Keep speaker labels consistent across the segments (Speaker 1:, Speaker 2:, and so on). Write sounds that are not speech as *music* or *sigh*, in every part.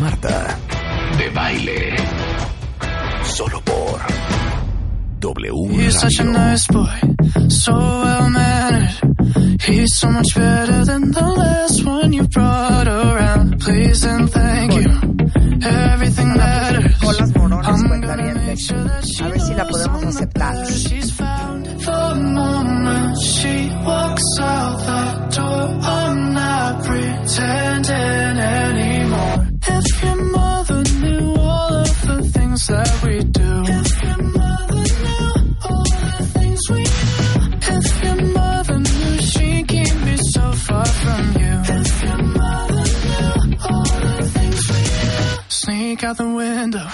Speaker 1: Marta de Baile. Solo por W
Speaker 2: He's such a
Speaker 1: Radio.
Speaker 2: nice boy, so well mannered. He's so much better than the last one you brought around. Please and thank you. Everything matters.
Speaker 3: Colas moronas,
Speaker 4: Um,
Speaker 2: I'm gonna make
Speaker 3: cuentavientes.
Speaker 2: sure that she
Speaker 3: A ver si la
Speaker 2: knows
Speaker 3: podemos
Speaker 2: I'm the
Speaker 3: aceptar.
Speaker 2: girl She's found the moment she walks out that door. I'm not pretending anymore. If your mother knew all of the things that we do. If your mother knew all the things we do. If your mother knew she can't be so far from you. If your mother knew all the things we do. Sneak out the window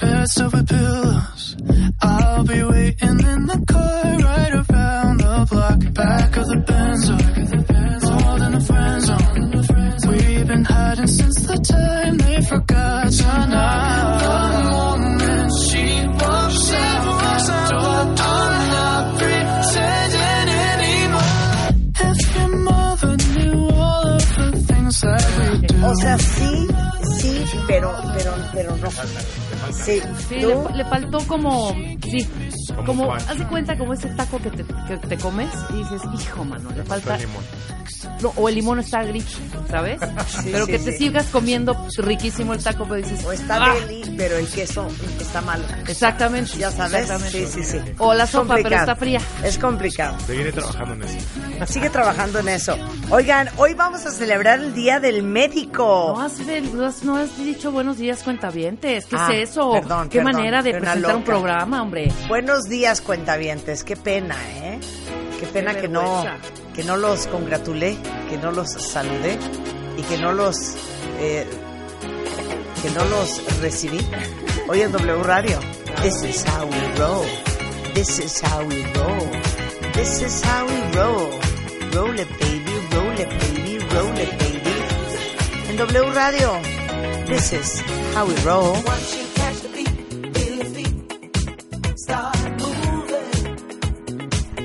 Speaker 2: beds over pillows. I'll be waiting in the car right around the block. Back of the Benz, more than a friend zone. We've been hiding since the time they forgot to knock. The moment she walks out that door, I'm not pretending anymore. If your mother knew all of the things that we do.
Speaker 3: O sea, sí, sí, pero, pero, pero no. Sí,
Speaker 5: Sí, pues. le,
Speaker 3: tú,
Speaker 5: le faltó como, sí, como, haz de cuenta como ese taco que te, que te comes y dices, hijo, mano, le falta... No, o el limón está gris, ¿sabes? pero
Speaker 3: *laughs* sí,
Speaker 5: que te
Speaker 3: sí.
Speaker 5: sigas comiendo riquísimo el taco, pero dices,
Speaker 3: o está
Speaker 5: "Ah".
Speaker 3: deli, pero el queso está mal.
Speaker 5: Exactamente,
Speaker 3: Ya sabes.
Speaker 5: exactamente.
Speaker 3: Sí, sí, sí.
Speaker 5: O la
Speaker 3: Es
Speaker 5: sopa, pero
Speaker 3: complicado.
Speaker 5: está fría.
Speaker 3: Es complicado. Sigue trabajando en eso. Oigan, hoy vamos a celebrar el Día del
Speaker 5: No
Speaker 3: Médico.
Speaker 5: has, fel- no has- no has dicho buenos días, cuentavientes. ¿Qué
Speaker 3: Ah,
Speaker 5: es eso?
Speaker 3: perdón,
Speaker 5: ¿Qué
Speaker 3: perdón,
Speaker 5: manera de
Speaker 3: soy una
Speaker 5: presentar un
Speaker 3: loca.
Speaker 5: programa, hombre?
Speaker 3: Buenos días, cuentavientes. Qué pena, ¿eh? Qué pena que no,
Speaker 5: vergüenza.
Speaker 3: que no los congratulé, que no los saludé y que no los, eh, que no los recibí. Hoy en W Radio. This is how we roll. This is how we roll. This is how we roll. Roll it, baby. Roll it, baby. Roll it, baby. En W Radio. This is how we roll.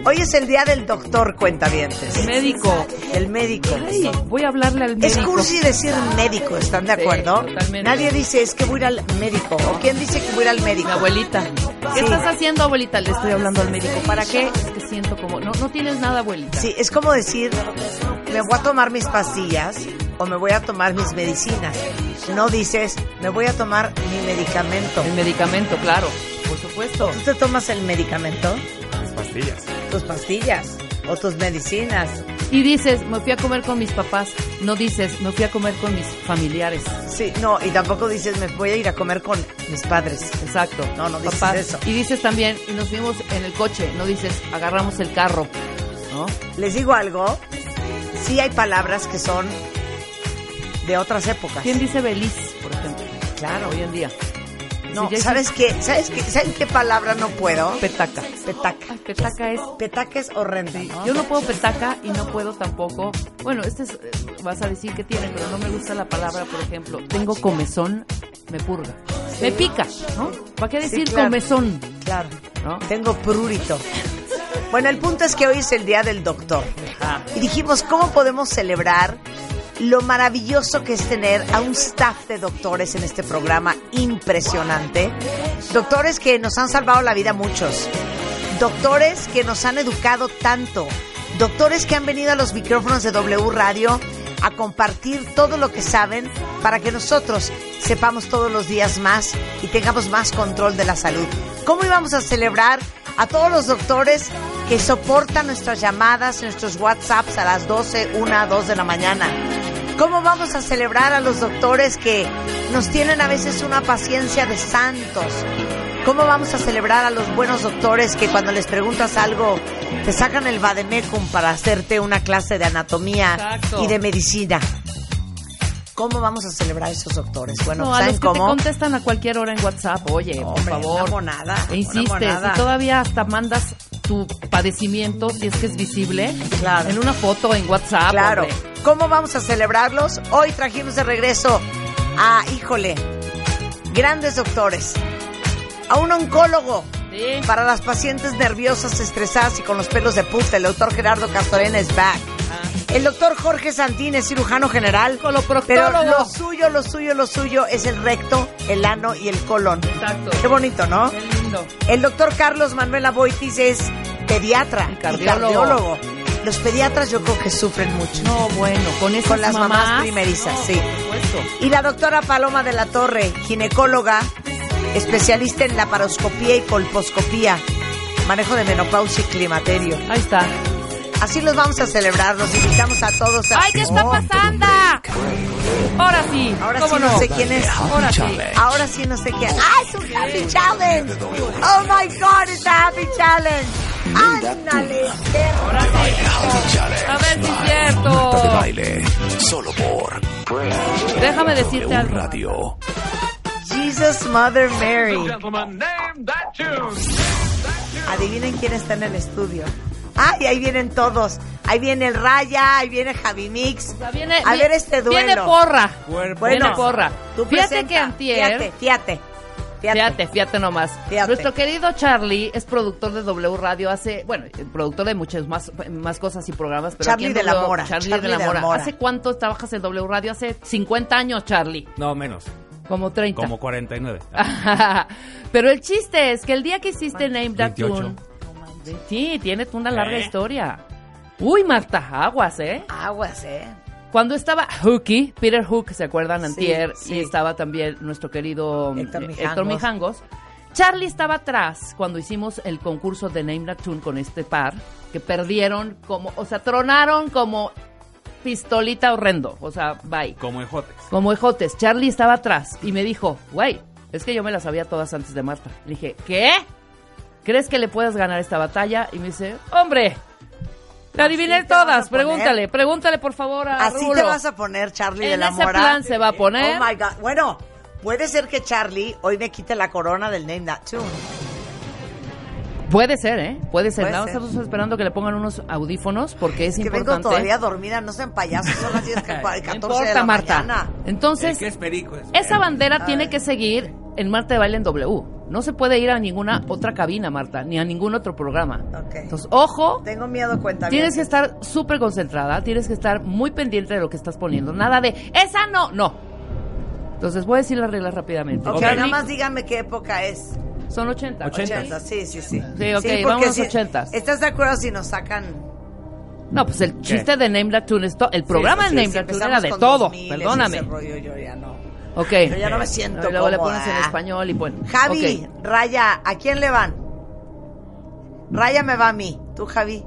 Speaker 3: Hoy es el día del doctor cuentavientes,
Speaker 5: Médico.
Speaker 3: el médico.
Speaker 5: Ay, voy a hablarle al
Speaker 3: Es
Speaker 5: médico.
Speaker 3: cursi decir médico, ¿están de
Speaker 5: Sí,
Speaker 3: acuerdo?
Speaker 5: totalmente.
Speaker 3: Nadie dice es que voy a ir al médico. ¿O quién dice que voy a ir al médico?
Speaker 5: Mi abuelita. ¿Qué
Speaker 3: Sí.
Speaker 5: estás haciendo, abuelita? Le estoy hablando al médico. ¿Para qué? Es que siento como... No, no tienes nada, abuelita.
Speaker 3: Sí, es como decir, me voy a tomar mis pastillas o me voy a tomar mis medicinas. No dices, me voy a tomar mi medicamento.
Speaker 5: El medicamento, claro. Por supuesto.
Speaker 3: ¿Tú te tomas el medicamento? Tus pastillas. Tus pastillas o tus medicinas.
Speaker 5: Y dices, me fui a comer con mis papás. No dices, me fui a comer con mis familiares.
Speaker 3: Sí, no, y tampoco dices, me voy a ir a comer con mis padres.
Speaker 5: Exacto.
Speaker 3: No, no dices eso.
Speaker 5: Y dices también, y nos vimos en el coche. No dices, agarramos el carro. ¿No?
Speaker 3: Les digo algo, sí hay palabras que son de otras épocas.
Speaker 5: ¿Quién dice Beliz, por ejemplo?
Speaker 3: Claro.
Speaker 5: Hoy en día.
Speaker 3: No,
Speaker 5: Si ya
Speaker 3: ¿sabes qué? ¿Sabes qué? ¿Saben qué palabra no puedo?
Speaker 5: hiciste Petaca.
Speaker 3: Petaca.
Speaker 5: Ay, Petaca es...
Speaker 3: Petaca es horrenda. ¿no?
Speaker 5: Yo no puedo petaca y no puedo tampoco. Bueno, este es, eh, vas a decir que tiene, pero no me gusta la palabra, por ejemplo. Tengo comezón, me purga. Me pica, ¿no? ¿Para qué decir
Speaker 3: claro.
Speaker 5: comezón?
Speaker 3: Claro.
Speaker 5: ¿No?
Speaker 3: Tengo prurito. Bueno, el punto es que hoy es el día del doctor. Y dijimos, ¿cómo podemos celebrar lo maravilloso que es tener a un staff de doctores en este programa impresionante? Doctores que nos han salvado la vida a muchos. Doctores que nos han educado tanto. Doctores que han venido a los micrófonos de W Radio a compartir todo lo que saben para que nosotros sepamos todos los días más y tengamos más control de la salud. ¿Cómo íbamos a celebrar a todos los doctores que soportan nuestras llamadas, nuestros WhatsApps a las 12, 1, 2 de la mañana? ¿Cómo vamos a celebrar a los doctores que nos tienen a veces una paciencia de santos? ¿Cómo vamos a celebrar a los buenos doctores que cuando les preguntas algo te sacan el vademecum para hacerte una clase de anatomía
Speaker 5: Exacto.
Speaker 3: y de medicina? ¿Cómo vamos a celebrar a esos doctores? Bueno,
Speaker 5: No, a
Speaker 3: ¿saben
Speaker 5: los que te
Speaker 3: cómo?
Speaker 5: contestan a cualquier hora en WhatsApp, oye, por
Speaker 3: Hombre,
Speaker 5: favor.
Speaker 3: una monada,
Speaker 5: E
Speaker 3: una
Speaker 5: insistes,
Speaker 3: monada.
Speaker 5: y todavía hasta mandas tu padecimiento, si es que es visible,
Speaker 3: Claro.
Speaker 5: en una foto en WhatsApp.
Speaker 3: Claro.
Speaker 5: hombre.
Speaker 3: ¿Cómo vamos a celebrarlos? Hoy trajimos de regreso a, híjole, grandes doctores, a un oncólogo.
Speaker 5: Sí.
Speaker 3: Para las pacientes nerviosas, estresadas y con los pelos de punta, el doctor Gerardo Castorena es back. El doctor Jorge Santín es cirujano general.
Speaker 5: Coloproctólogo.
Speaker 3: Pero lo suyo, lo suyo, lo suyo es el recto, el ano y el colon.
Speaker 5: Exacto.
Speaker 3: Qué bonito, ¿no?
Speaker 5: Qué lindo.
Speaker 3: El doctor Carlos Manuel Aboitis es pediatra
Speaker 5: Y
Speaker 3: y
Speaker 5: cardiólogo.
Speaker 3: cardiólogo. Los pediatras yo creo que sufren mucho.
Speaker 5: No, bueno, con esas
Speaker 3: Con las mamás primerizas,
Speaker 5: No,
Speaker 3: sí.
Speaker 5: Por supuesto.
Speaker 3: Y la doctora Paloma de la Torre, ginecóloga, especialista en laparoscopía y colposcopía, manejo de menopausia y climaterio.
Speaker 5: Ahí está.
Speaker 3: Así los vamos a celebrar, los invitamos a todos a...
Speaker 5: ¡Ay, qué está
Speaker 3: Oh,
Speaker 5: pasando! Ahora sí.
Speaker 3: Ahora sí
Speaker 5: ¿cómo
Speaker 3: no sé quién es.
Speaker 5: Ahora sí.
Speaker 3: Ahora sí no sé quién. ¡Ah, es un Happy Challenge! ¡Oh, my God, it's a Happy Challenge! ¡Ándale! qué
Speaker 5: Ahora sí. A ver si es cierto.
Speaker 1: Marta de baile. Solo por
Speaker 5: Déjame decirte
Speaker 1: W
Speaker 5: algo.
Speaker 1: Radio.
Speaker 3: Jesus Mother Mary. Adivinen quién está en el estudio. Ay, ahí vienen todos. Ahí viene el Raya, ahí viene Javi Mix.
Speaker 5: O sea, viene-
Speaker 3: a
Speaker 5: vi-
Speaker 3: ver este duelo.
Speaker 5: Viene porra.
Speaker 3: Bueno,
Speaker 5: viene porra.
Speaker 3: tú
Speaker 5: fíjate
Speaker 3: presenta.
Speaker 5: que antier...
Speaker 3: Fíjate, fíjate. Fíjate.
Speaker 5: Fíjate, fíjate nomás.
Speaker 3: Fíjate.
Speaker 5: Nuestro querido Charlie es productor de W Radio, hace, bueno, eh, productor de muchas más, más cosas y programas. Pero
Speaker 3: Charlie
Speaker 5: aquí en
Speaker 3: de la
Speaker 5: W
Speaker 3: Mora,
Speaker 5: Charlie,
Speaker 3: Charlie
Speaker 5: de la
Speaker 3: de la
Speaker 5: Mora.
Speaker 3: Mora.
Speaker 5: ¿Hace cuánto trabajas en W Radio? Hace 50 años, Charlie.
Speaker 6: No, menos.
Speaker 5: Como 30.
Speaker 6: Como 49.
Speaker 5: *laughs* pero el chiste es que el día que hiciste Name That
Speaker 6: 28.
Speaker 5: Tune... Sí, tiene una larga historia. Uy, Marta, aguas, ¿eh?
Speaker 3: Aguas, eh.
Speaker 5: Cuando estaba Hooky, Peter Hook, ¿se acuerdan?
Speaker 3: Sí,
Speaker 5: Antier, y
Speaker 3: sí.
Speaker 5: estaba también nuestro querido eh, Héctor
Speaker 3: Héctor
Speaker 5: Mijangos.
Speaker 3: Mijangos.
Speaker 5: Charlie estaba atrás cuando hicimos el concurso de Name That Tune con este par, que perdieron como, o sea, tronaron como pistolita horrendo, o sea, bye.
Speaker 6: Como ejotes.
Speaker 5: Como ejotes, Charlie estaba atrás y me dijo, güey, es que yo me las sabía todas antes de Marta. Le dije, ¿qué? ¿Crees que le puedas ganar esta batalla? Y me dice, hombre, la adiviné
Speaker 3: Así te vas
Speaker 5: todas,
Speaker 3: a poner.
Speaker 5: pregúntale, Eh, pregúntale por favor a
Speaker 3: Así te
Speaker 5: Ah, Rulo.
Speaker 3: vas a poner, Charlie de
Speaker 5: En
Speaker 3: la
Speaker 5: ese
Speaker 3: Mora.
Speaker 5: plan se va a poner.
Speaker 3: Oh my God. Bueno, puede ser que Charlie hoy me quite la corona del Name That Tune.
Speaker 5: Puede ser, ¿eh? Puede ser.
Speaker 3: Puede
Speaker 5: Nada más
Speaker 3: ser.
Speaker 5: estamos esperando que le pongan unos audífonos porque es
Speaker 3: que vengo
Speaker 5: importante.
Speaker 3: todavía dormida, no sean payasos, son
Speaker 5: *laughs*
Speaker 3: las 10, ca- 14
Speaker 5: no
Speaker 3: de
Speaker 5: importa,
Speaker 3: la
Speaker 5: Marta.
Speaker 3: mañana.
Speaker 5: Entonces,
Speaker 6: El que es perico. es-
Speaker 5: esa bandera tiene que seguir en Marta de Baile en W. No se puede ir a ninguna otra cabina, Marta, ni a ningún otro programa.
Speaker 3: Ok.
Speaker 5: Entonces, ojo,
Speaker 3: Tengo miedo, cuenta
Speaker 5: Tienes que estar súper concentrada, tienes que estar muy pendiente de lo que estás poniendo. Nada de, esa no, no. Entonces voy a decir las reglas rápidamente.
Speaker 3: Ok,
Speaker 6: Ok.
Speaker 3: nada más díganme qué época es.
Speaker 5: Son 80.
Speaker 6: 80.
Speaker 3: 80, sí, sí, sí.
Speaker 5: Sí, ok,
Speaker 3: porque
Speaker 5: vamos a
Speaker 3: si-
Speaker 5: 80s.
Speaker 3: ¿Estás de acuerdo si nos sacan?
Speaker 5: No, pues el chiste de Name That Tune, es to- el programa
Speaker 3: Sí, sí,
Speaker 5: de Name
Speaker 3: sí,
Speaker 5: That Tune
Speaker 3: empezamos
Speaker 5: era de
Speaker 3: con
Speaker 5: todo,
Speaker 3: 2000,
Speaker 5: perdóname.
Speaker 3: ese rollo, yo ya no.
Speaker 5: Ok.
Speaker 3: Yo ya no me siento
Speaker 5: Y luego le
Speaker 3: cómoda.
Speaker 5: pones en español y bueno.
Speaker 3: Javi,
Speaker 5: ok.
Speaker 3: Raya, ¿a quién le van? Raya me va a mí. ¿Tú, Javi?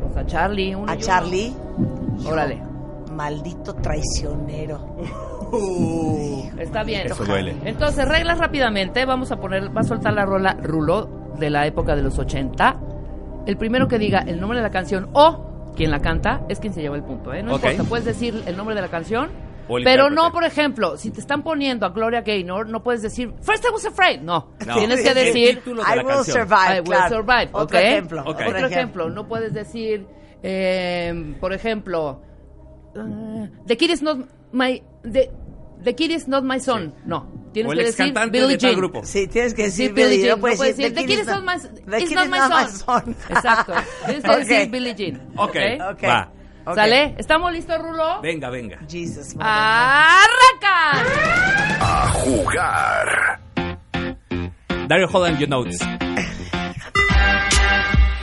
Speaker 5: Pues a Charlie. uno y
Speaker 3: ¿A
Speaker 5: uno.
Speaker 3: Charlie?
Speaker 5: Órale.
Speaker 3: Maldito traicionero.
Speaker 5: Está bien.
Speaker 6: Eso duele.
Speaker 5: Entonces, reglas rápidamente. Vamos a poner, va a soltar la rola Rulo de la época de los 80. El primero que diga el nombre de la canción o quien la canta es quien se lleva el punto. ¿eh? No
Speaker 6: Ok.
Speaker 5: importa, puedes decir el nombre de la canción.
Speaker 6: O el
Speaker 5: Pero
Speaker 6: intérprete.
Speaker 5: no, por ejemplo, si te están poniendo a Gloria Gaynor, no puedes decir First I was afraid. No,
Speaker 6: No.
Speaker 5: tienes que
Speaker 6: El
Speaker 5: decir
Speaker 6: título de
Speaker 3: I
Speaker 6: la
Speaker 3: will
Speaker 6: canción.
Speaker 3: survive.
Speaker 5: I will
Speaker 3: claro.
Speaker 5: survive.
Speaker 3: Otro
Speaker 5: ok.
Speaker 3: ejemplo.
Speaker 6: Ok.
Speaker 5: Otro ejemplo. No puedes decir, eh, por ejemplo, eh, The Kid is not my. The, the Kid is not my son. No. Tienes
Speaker 6: O el
Speaker 5: que
Speaker 6: ex
Speaker 5: decir
Speaker 6: cantante
Speaker 5: Billie
Speaker 6: de tal
Speaker 5: Jean.
Speaker 6: grupo.
Speaker 3: Sí, tienes que
Speaker 5: Sí,
Speaker 3: decir
Speaker 5: Billie
Speaker 3: Billie
Speaker 5: Jean.
Speaker 3: Jean.
Speaker 5: No
Speaker 3: puedes
Speaker 5: puedes
Speaker 3: decir,
Speaker 5: decir, The Kid is not my,
Speaker 3: The
Speaker 5: is
Speaker 3: Kid
Speaker 5: not
Speaker 3: is
Speaker 5: my
Speaker 3: not my
Speaker 5: son.
Speaker 3: son. *laughs*
Speaker 5: Exacto. Tienes que decir
Speaker 3: Ok.
Speaker 5: Billie Jean.
Speaker 6: Ok.
Speaker 3: Ok.
Speaker 6: Va.
Speaker 3: Ok.
Speaker 5: ¿Sale? ¿Estamos listos, Rulo?
Speaker 6: Venga, venga.
Speaker 3: Jesus.
Speaker 5: Ah,
Speaker 3: madre.
Speaker 5: ¡Arranca!
Speaker 1: A jugar.
Speaker 6: Dario Holland, your notes.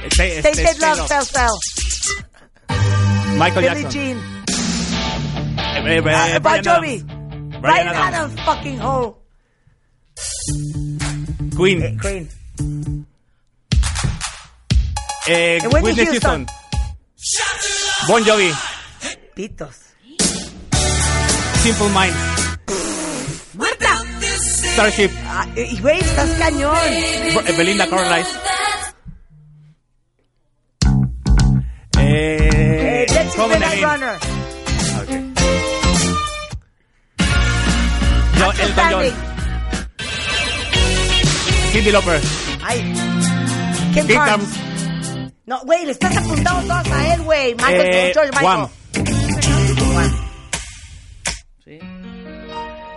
Speaker 6: Este,
Speaker 3: Tainted Love, Tell, Tell.
Speaker 6: Michael
Speaker 3: Billie
Speaker 6: Jackson.
Speaker 3: Jean.
Speaker 2: eh,
Speaker 3: Ah,
Speaker 2: Brian
Speaker 3: Bon Jovi.
Speaker 2: Adams. Brian
Speaker 3: Brian
Speaker 2: Adams.
Speaker 3: Adams, fucking hoe. Eh,
Speaker 2: Queen.
Speaker 3: Queen.
Speaker 2: Eh,
Speaker 3: Eh, Whitney
Speaker 2: Whitney
Speaker 3: Houston.
Speaker 2: Houston. Bon Jovi.
Speaker 3: Pitos.
Speaker 2: Simple Minds. Starship.
Speaker 3: Ah, y güey, estás cañón.
Speaker 2: Br- eh, Belinda Carlisle. Eh,
Speaker 3: Eh, Let's
Speaker 2: ¿cómo
Speaker 3: Spin
Speaker 2: le
Speaker 3: a
Speaker 2: ven?
Speaker 3: Runner.
Speaker 2: Ah, ok. Yo,
Speaker 3: Axel
Speaker 2: Elton John.
Speaker 3: Stanley.
Speaker 2: Cindy Lauper.
Speaker 3: Ay. Kim
Speaker 2: Big
Speaker 3: Carnes.
Speaker 2: Arms.
Speaker 3: No, güey, le estás apuntando todas a él, güey. Michael,
Speaker 2: Eh,
Speaker 3: George Michael.
Speaker 2: Wham.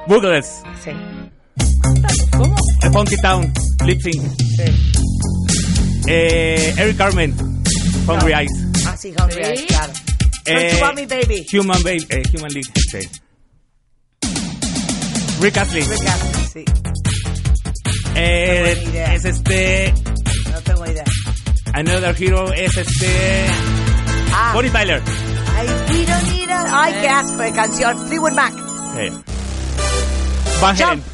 Speaker 2: Buggles.
Speaker 3: Sí,
Speaker 5: ¿Cómo?
Speaker 2: The Funky Town. Lip Sync.
Speaker 3: sí.
Speaker 2: Eh, Eric Carmen. Hungry
Speaker 3: No.
Speaker 2: Eyes.
Speaker 3: Ah, sí, Hungry
Speaker 5: Sí.
Speaker 3: Eyes, claro.
Speaker 2: Eh,
Speaker 3: Don't you want me, baby.
Speaker 2: Human, Babe- eh, Human League. Sí. Rick Astley.
Speaker 3: Rick Astley, sí.
Speaker 2: Eh,
Speaker 3: buena idea.
Speaker 2: es este.
Speaker 3: No tengo idea.
Speaker 2: Another Hero es este.
Speaker 3: Ah,
Speaker 2: Bonnie Tyler.
Speaker 3: ay, we don't need a- Ay, qué asco de canción. Fleetwood Mac.
Speaker 2: Eh. Van Halen.
Speaker 3: Jump.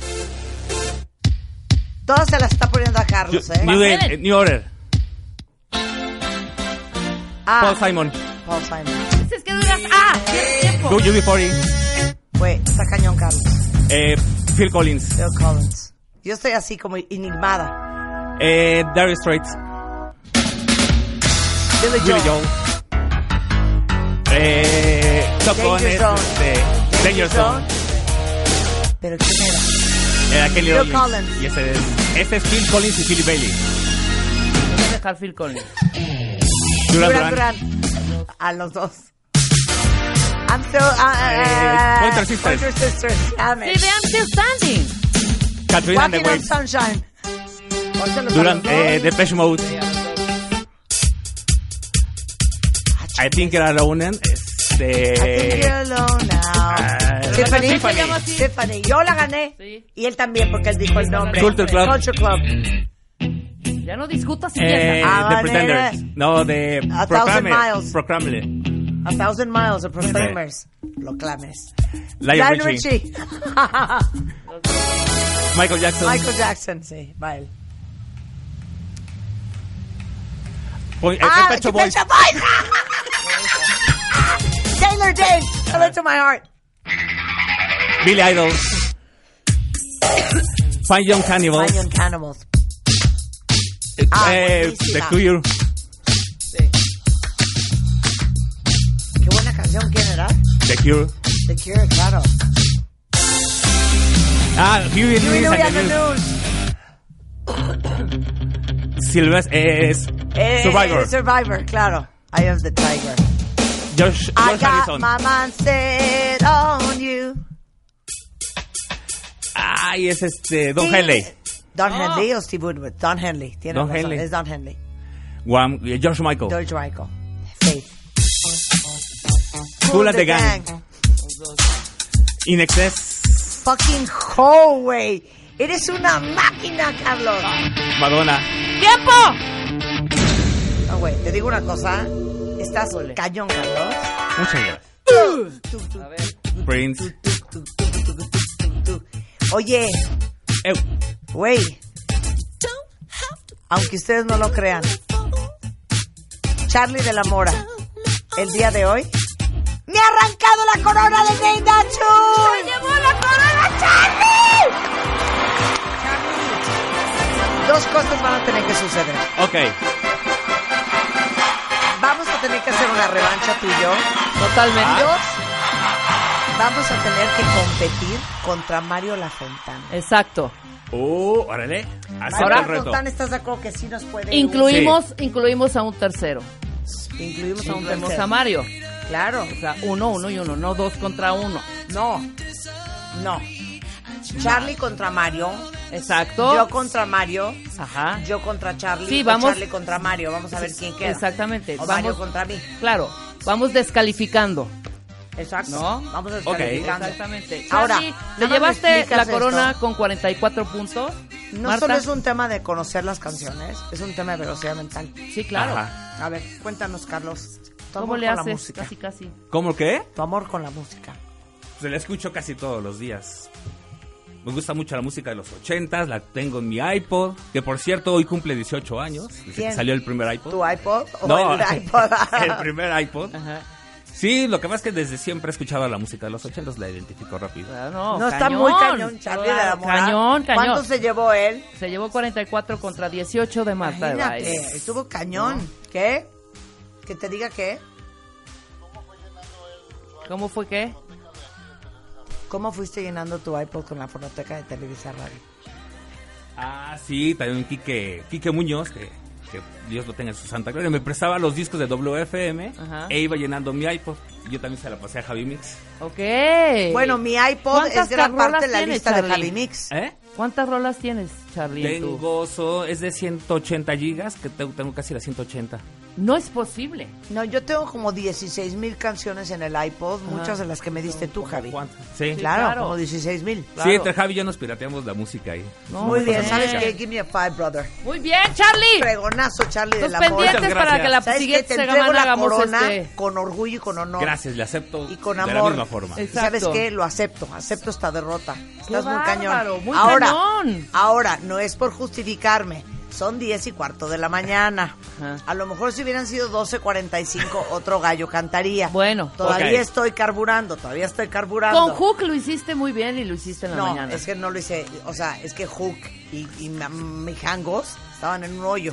Speaker 3: Todas se las está poniendo a Carlos,
Speaker 2: Ju-
Speaker 3: ¿eh?
Speaker 2: New,
Speaker 5: Van Halen.
Speaker 2: eh, New Order.
Speaker 3: ah,
Speaker 2: Paul Simon.
Speaker 3: Paul Simon.
Speaker 5: Dices que duras. ¡Ah! tienes tiempo.
Speaker 2: Go UB40.
Speaker 3: Güey, está cañón, Carlos.
Speaker 2: Eh, Phil Collins.
Speaker 3: Phil Collins. Yo estoy así como enigmada.
Speaker 2: Eh, Darius Straits.
Speaker 3: Billy
Speaker 2: Billy
Speaker 3: Joel.
Speaker 2: Joel. Eh, Top eh,
Speaker 3: Danger
Speaker 2: Gun es
Speaker 3: Zone.
Speaker 2: este. Danger Zone.
Speaker 3: Pero ¿quién era?
Speaker 2: Era Kelly
Speaker 3: Phil
Speaker 2: Rowland.
Speaker 3: Collins.
Speaker 2: Y ese es, este es Phil Collins y Philly Bailey.
Speaker 5: Voy a dejar Phil Collins.
Speaker 2: Duran
Speaker 3: Duran
Speaker 2: Duran. Eh,
Speaker 3: Duran. A los dos. I'm so... Uh, uh,
Speaker 2: Pointer Eh, Sisters.
Speaker 3: Pointer Sisters. Damn
Speaker 5: Sí,
Speaker 3: it.
Speaker 5: vean, still standing.
Speaker 2: Katrina and the
Speaker 3: Walking on
Speaker 2: Waves.
Speaker 3: Sunshine. Pónselos a
Speaker 2: Duran,
Speaker 3: los dos.
Speaker 2: eh, Depeche Mode. I think era Ronan. Este.
Speaker 3: I think you're alone now.
Speaker 2: ah,
Speaker 3: Tiffany.
Speaker 5: Se llama así.
Speaker 3: Tiffany. Yo la gané.
Speaker 5: Sí.
Speaker 3: Y él también, porque él dijo el nombre.
Speaker 2: Culture Club.
Speaker 3: Culture Club.
Speaker 5: Ya no discutas si
Speaker 2: Eh,
Speaker 5: piensas.
Speaker 3: Ah,
Speaker 2: the
Speaker 3: vale.
Speaker 2: Pretenders. No, de
Speaker 3: A Thousand Miles.
Speaker 2: Proclamer. Proclamer.
Speaker 3: A Thousand Miles of Proclaimers. Lo clames.
Speaker 2: Lion
Speaker 3: Lionel
Speaker 2: Richie.
Speaker 3: Richie.
Speaker 2: Michael Jackson.
Speaker 3: Michael Jackson, sí. Va él.
Speaker 2: Point- eh,
Speaker 3: Ah,
Speaker 2: Pet Shop
Speaker 3: Pet
Speaker 2: Boys.
Speaker 3: Shop Boys. *laughs* Taylor Dane. Hello to my heart.
Speaker 2: Billy Idol. Fine Young Cannibal.
Speaker 3: Lion Cannibals. Ah,
Speaker 2: Eh, The
Speaker 3: buenísima.
Speaker 2: Cure.
Speaker 3: Qué buena canción. ¿Quién era?
Speaker 2: The Cure.
Speaker 3: The Cure, claro.
Speaker 2: Ah, Huey
Speaker 3: Huey
Speaker 2: Lewis
Speaker 3: Louis
Speaker 2: and
Speaker 3: and
Speaker 2: the
Speaker 3: the
Speaker 2: News.
Speaker 3: News.
Speaker 2: Sylvester. eh, es
Speaker 3: Eh,
Speaker 2: Survivor.
Speaker 3: eh, Survivor, claro. Eye of the Tiger.
Speaker 2: Josh, Josh
Speaker 3: I got
Speaker 2: Harrison.
Speaker 3: my mind set on you.
Speaker 2: Ay, es este. Don
Speaker 3: Sí. Ah.
Speaker 2: Henley.
Speaker 3: Don Henley o Steve Woodward. Don Henley. Tiene
Speaker 2: Don
Speaker 3: razón.
Speaker 2: Henley.
Speaker 3: Es Don Henley.
Speaker 2: Guam, eh, George Michael.
Speaker 3: George Michael. Faith.
Speaker 2: Cool and the Gang. In Excess.
Speaker 3: Fucking hoe, güey. Eres una máquina, Carlos.
Speaker 2: Madonna.
Speaker 5: ¡Tiempo!
Speaker 3: No, güey, Oh, te digo una cosa. Estás cañón, Carlos.
Speaker 2: Muchas gracias.
Speaker 3: Tú, tú,
Speaker 2: Prince.
Speaker 3: tú, tú, tú, tú, tú, tú. Oye,
Speaker 2: Eh,
Speaker 3: güey. Aunque ustedes no lo crean, Charlie de la Mora, el día de hoy, me ha arrancado la corona de Ney Nachun. llevó la corona Charlie! Charlie, dos cosas van a tener que suceder.
Speaker 2: ok.
Speaker 3: Vamos a tener que hacer una revancha tú y yo.
Speaker 2: Ah.
Speaker 5: Totalmente.
Speaker 6: Ah.
Speaker 3: Dos, vamos a tener que competir contra Mario La Fontana.
Speaker 5: Exacto.
Speaker 2: Oh, órale. Acepta
Speaker 3: Mario
Speaker 2: el reto.
Speaker 3: Fontana, ¿estás de acuerdo que sí nos puede
Speaker 5: Incluimos, incluimos a un tercero.
Speaker 3: incluimos a un
Speaker 5: Incluimos
Speaker 3: tercero?
Speaker 5: a Mario.
Speaker 3: Claro.
Speaker 5: O sea, uno, uno y uno, no dos contra uno.
Speaker 3: No, no. Charlie contra Mario.
Speaker 5: Exacto.
Speaker 3: Yo contra Mario.
Speaker 5: Ajá.
Speaker 3: Yo contra Charlie.
Speaker 5: Sí,
Speaker 3: o
Speaker 5: vamos.
Speaker 3: Charlie contra Mario. Vamos a ver quién queda.
Speaker 5: Exactamente.
Speaker 3: O Mario
Speaker 5: Vamos-
Speaker 3: contra mí.
Speaker 5: Claro. Vamos descalificando.
Speaker 3: Exacto.
Speaker 5: No.
Speaker 3: Vamos a
Speaker 2: Ok.
Speaker 3: descalificando.
Speaker 5: Exactamente. Ahora,
Speaker 3: Ahora, nada
Speaker 5: te
Speaker 3: más me
Speaker 5: llevaste
Speaker 3: explicas
Speaker 5: la
Speaker 3: esto.
Speaker 5: corona con 44 puntos.
Speaker 3: No
Speaker 5: Marta.
Speaker 3: solo es un tema de conocer las canciones, es un tema de velocidad mental.
Speaker 5: Sí, claro.
Speaker 2: Ajá.
Speaker 3: A ver, cuéntanos, Carlos. Tu
Speaker 5: ¿Cómo
Speaker 3: amor
Speaker 5: le
Speaker 3: con la
Speaker 5: haces?
Speaker 3: música.
Speaker 5: Casi, casi.
Speaker 2: ¿Cómo qué?
Speaker 3: Tu amor con la música.
Speaker 7: Se la escucho casi todos los días. Me gusta mucho la música de los 80 la tengo en mi iPod, que por cierto hoy cumple 18 años, desde que
Speaker 3: ¿Quién?
Speaker 7: salió el primer iPod.
Speaker 3: *laughs*
Speaker 5: Oh.
Speaker 3: ¿Tu iPod o
Speaker 7: No,
Speaker 3: el iPod?
Speaker 7: el primer iPod. Sí, lo que pasa es que desde siempre he escuchado la música de los 80 la identifico rápido.
Speaker 5: No,
Speaker 3: Ah, No, está muy cañón, Charlie de la Mora.
Speaker 5: Cañón, cañón.
Speaker 3: ¿Cuánto se llevó él?
Speaker 5: Se llevó 44 contra 18 de Marta de
Speaker 3: Imagínate,
Speaker 5: Baile.
Speaker 3: estuvo cañón. ¿Qué? ¿Que te diga qué?
Speaker 5: ¿Cómo fue que?
Speaker 3: ¿Cómo fuiste llenando tu iPod con la fonoteca de Televisa Radio?
Speaker 7: Ah, sí, también Quique, Quique Muñoz, que, que Dios lo tenga en su santa gloria, me prestaba los discos de WFM
Speaker 5: Ajá.
Speaker 3: Eh,
Speaker 7: e iba llenando mi iPod. Yo también se la pasé a Javi Mix.
Speaker 5: Ok.
Speaker 3: Bueno, mi iPod
Speaker 5: ¿Cuántas
Speaker 3: es gran
Speaker 5: carrolas
Speaker 3: parte de la
Speaker 5: tienes,
Speaker 3: lista de
Speaker 5: Charlie?
Speaker 3: Javi Mix.
Speaker 7: ¿Eh?
Speaker 5: ¿Cuántas rolas tienes, Charlie? en tu-
Speaker 7: Tengo, so- es de 180 gigas, que tengo, tengo casi las 180.
Speaker 5: No es posible.
Speaker 3: No, yo tengo como 16 mil canciones en el iPod, muchas de las que me diste tú, Javi.
Speaker 7: ¿Cuántas? Sí.
Speaker 3: Claro,
Speaker 5: claro.
Speaker 3: como 16 mil.
Speaker 7: Sí,
Speaker 5: claro.
Speaker 7: entre Javi y yo nos pirateamos la música ahí.
Speaker 5: No,
Speaker 3: Muy
Speaker 5: no
Speaker 3: bien,
Speaker 5: pasa
Speaker 3: ¿sabes
Speaker 5: nada.
Speaker 3: qué? Give me a five, brother.
Speaker 5: Muy bien, Charlie.
Speaker 3: Pregonazo, Charlie de
Speaker 5: Los
Speaker 3: la Mora.
Speaker 5: pendientes para
Speaker 7: gracias.
Speaker 5: que la
Speaker 3: ¿Sabes qué?
Speaker 5: siguiente
Speaker 3: Te entrego
Speaker 5: semana
Speaker 3: la
Speaker 5: hagamos
Speaker 3: corona
Speaker 5: este.
Speaker 3: con orgullo y con honor.
Speaker 7: Gracias, le acepto
Speaker 3: Y con
Speaker 7: de la
Speaker 3: amor.
Speaker 7: misma forma.
Speaker 3: Y
Speaker 5: Es-
Speaker 3: ¿Sabes
Speaker 5: Exacto.
Speaker 3: qué? Lo acepto, acepto esta derrota. Estás muy
Speaker 5: bárbaro,
Speaker 3: cañón.
Speaker 5: muy
Speaker 3: ahora,
Speaker 5: cañón.
Speaker 3: ahora, no es por justificarme. Son 10 y cuarto de la mañana.
Speaker 5: Ajá.
Speaker 3: A lo mejor si hubieran sido 12.45, otro gallo cantaría.
Speaker 5: Bueno.
Speaker 3: Todavía
Speaker 7: Ok.
Speaker 3: estoy carburando, todavía estoy carburando.
Speaker 5: Con Hook lo hiciste muy bien y lo hiciste en la
Speaker 3: No,
Speaker 5: mañana.
Speaker 3: es que no lo hice. O sea, es que Hook y, y ma- Mijangos estaban en un hoyo.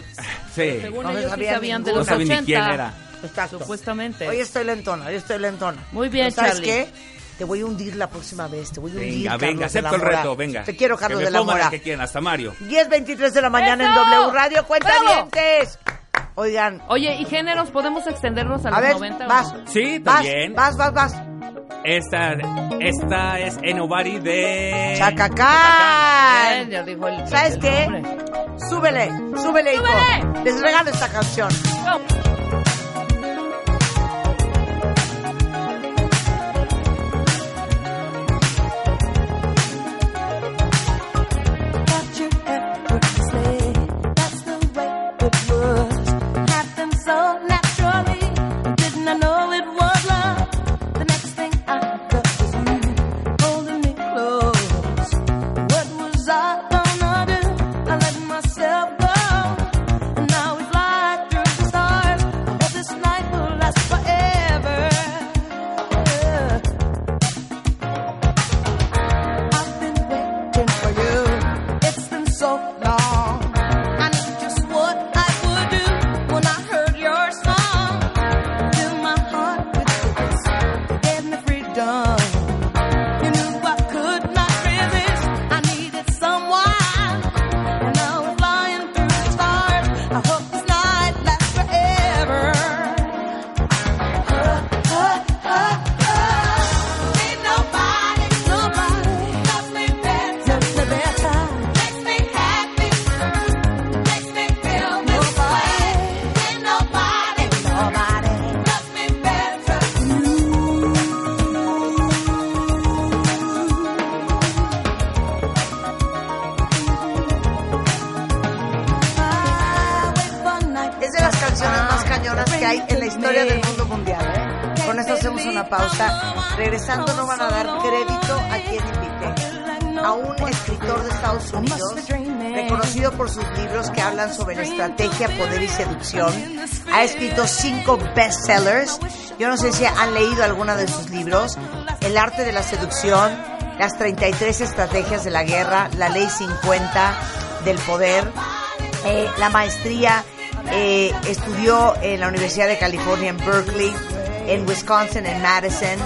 Speaker 7: Sí.
Speaker 5: Según
Speaker 3: no
Speaker 5: ellos sí
Speaker 3: sabía
Speaker 5: sabían de
Speaker 3: ninguna.
Speaker 7: No
Speaker 5: los
Speaker 7: sabía ni
Speaker 5: 80.
Speaker 7: quién era.
Speaker 3: Exacto.
Speaker 5: Supuestamente.
Speaker 3: Hoy estoy lentona, hoy estoy lentona.
Speaker 5: Muy bien,
Speaker 3: Pero ¿Sabes
Speaker 5: Charlie.
Speaker 3: qué? Te voy a hundir la próxima vez, te voy a hundir,
Speaker 7: Venga,
Speaker 3: Carlos
Speaker 7: venga,
Speaker 3: de la
Speaker 7: acepto el
Speaker 3: Mora.
Speaker 7: reto, venga.
Speaker 3: Te quiero, Carlos
Speaker 7: que me
Speaker 3: de la
Speaker 7: pongan
Speaker 3: Mora.
Speaker 7: Que quieran, hasta Mario.
Speaker 3: 10.23 de la mañana
Speaker 5: ¡Eso!
Speaker 3: en W Radio, cuenta
Speaker 5: ¡Bravo!
Speaker 3: dientes. Oigan,
Speaker 5: Oye, ¿y géneros? ¿Podemos extendernos a,
Speaker 3: a
Speaker 5: los
Speaker 3: ver,
Speaker 5: 90? o
Speaker 3: vas.
Speaker 5: no?
Speaker 7: Sí,
Speaker 3: vas,
Speaker 7: también.
Speaker 3: Vas, vas, vas.
Speaker 7: Esta, esta es Enobari de...
Speaker 5: Bien,
Speaker 3: Chacacán.
Speaker 5: ya dijo el-
Speaker 3: ¿Sabes
Speaker 5: el
Speaker 3: qué?
Speaker 5: nombre.
Speaker 3: Súbele, súbele, hijo.
Speaker 5: ¡Súbele!
Speaker 3: Les regalo esta canción.
Speaker 2: Forever. I've been waiting for you. It's been so long. I knew just what I would do when I heard your song. Filled my heart with goodness. Gave me freedom. You knew I could not resist. I needed someone, and I was flying through the stars. I hope this night lasts forever. Ain't nobody, nobody loves me better, makes me happy, makes me feel this way. Ain't nobody, nobody loves me better. I wait for night.
Speaker 3: Es de las canciones más cañonas que hay en la historia del mundo mundial. ¿eh? Con esto hacemos una pausa. Regresando no van a dar crédito a quien invité. A un escritor de Estados Unidos, reconocido por sus libros que hablan sobre estrategia, poder y seducción, ha escrito cinco bestsellers. Yo no sé si han leído alguna de sus libros. El arte de la seducción, las 33 estrategias de la guerra, la ley 50 del poder. Eh, la maestría eh, estudió en la Universidad de California en Berkeley, en Wisconsin, en Madison.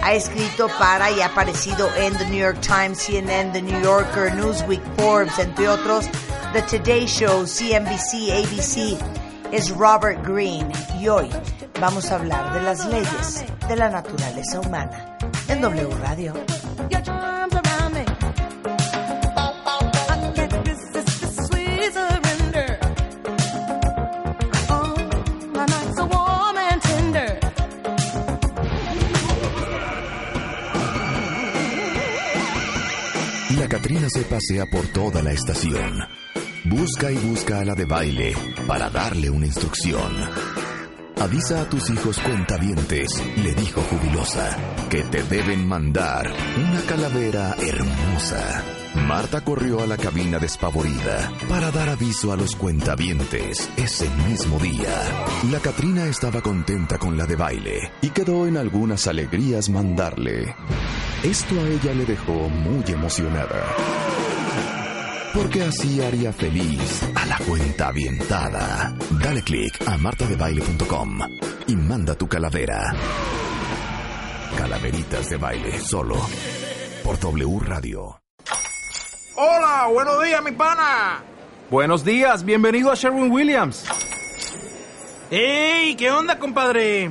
Speaker 3: Ha escrito para y ha aparecido en The New York Times, CNN, The New Yorker, Newsweek, Forbes, entre otros, The Today Show, CNBC, ABC. Es Robert Greene y hoy vamos a hablar de las leyes de la naturaleza humana en W Radio.
Speaker 2: Your charms around me. I can't resist the sweet surrender. Oh, my night's so warm and tender.
Speaker 1: La Catrina se pasea por toda la estación. Busca y busca a la de baile para darle una instrucción. Avisa a tus hijos cuentavientes, le dijo jubilosa, que te deben mandar una calavera hermosa. Marta corrió a la cabina despavorida para dar aviso a los cuentavientes ese mismo día. La Catrina estaba contenta con la de baile y quedó en algunas alegrías mandarle. Esto a ella le dejó muy emocionada. Porque así haría feliz a la cuenta avientada. Dale click a martadebaile.com y manda tu calavera. Calaveritas de baile solo por W Radio.
Speaker 8: Hola, buenos días, mi pana.
Speaker 9: Buenos días, bienvenido a Sherwin Williams.
Speaker 8: ¡Ey! ¿Qué onda, compadre?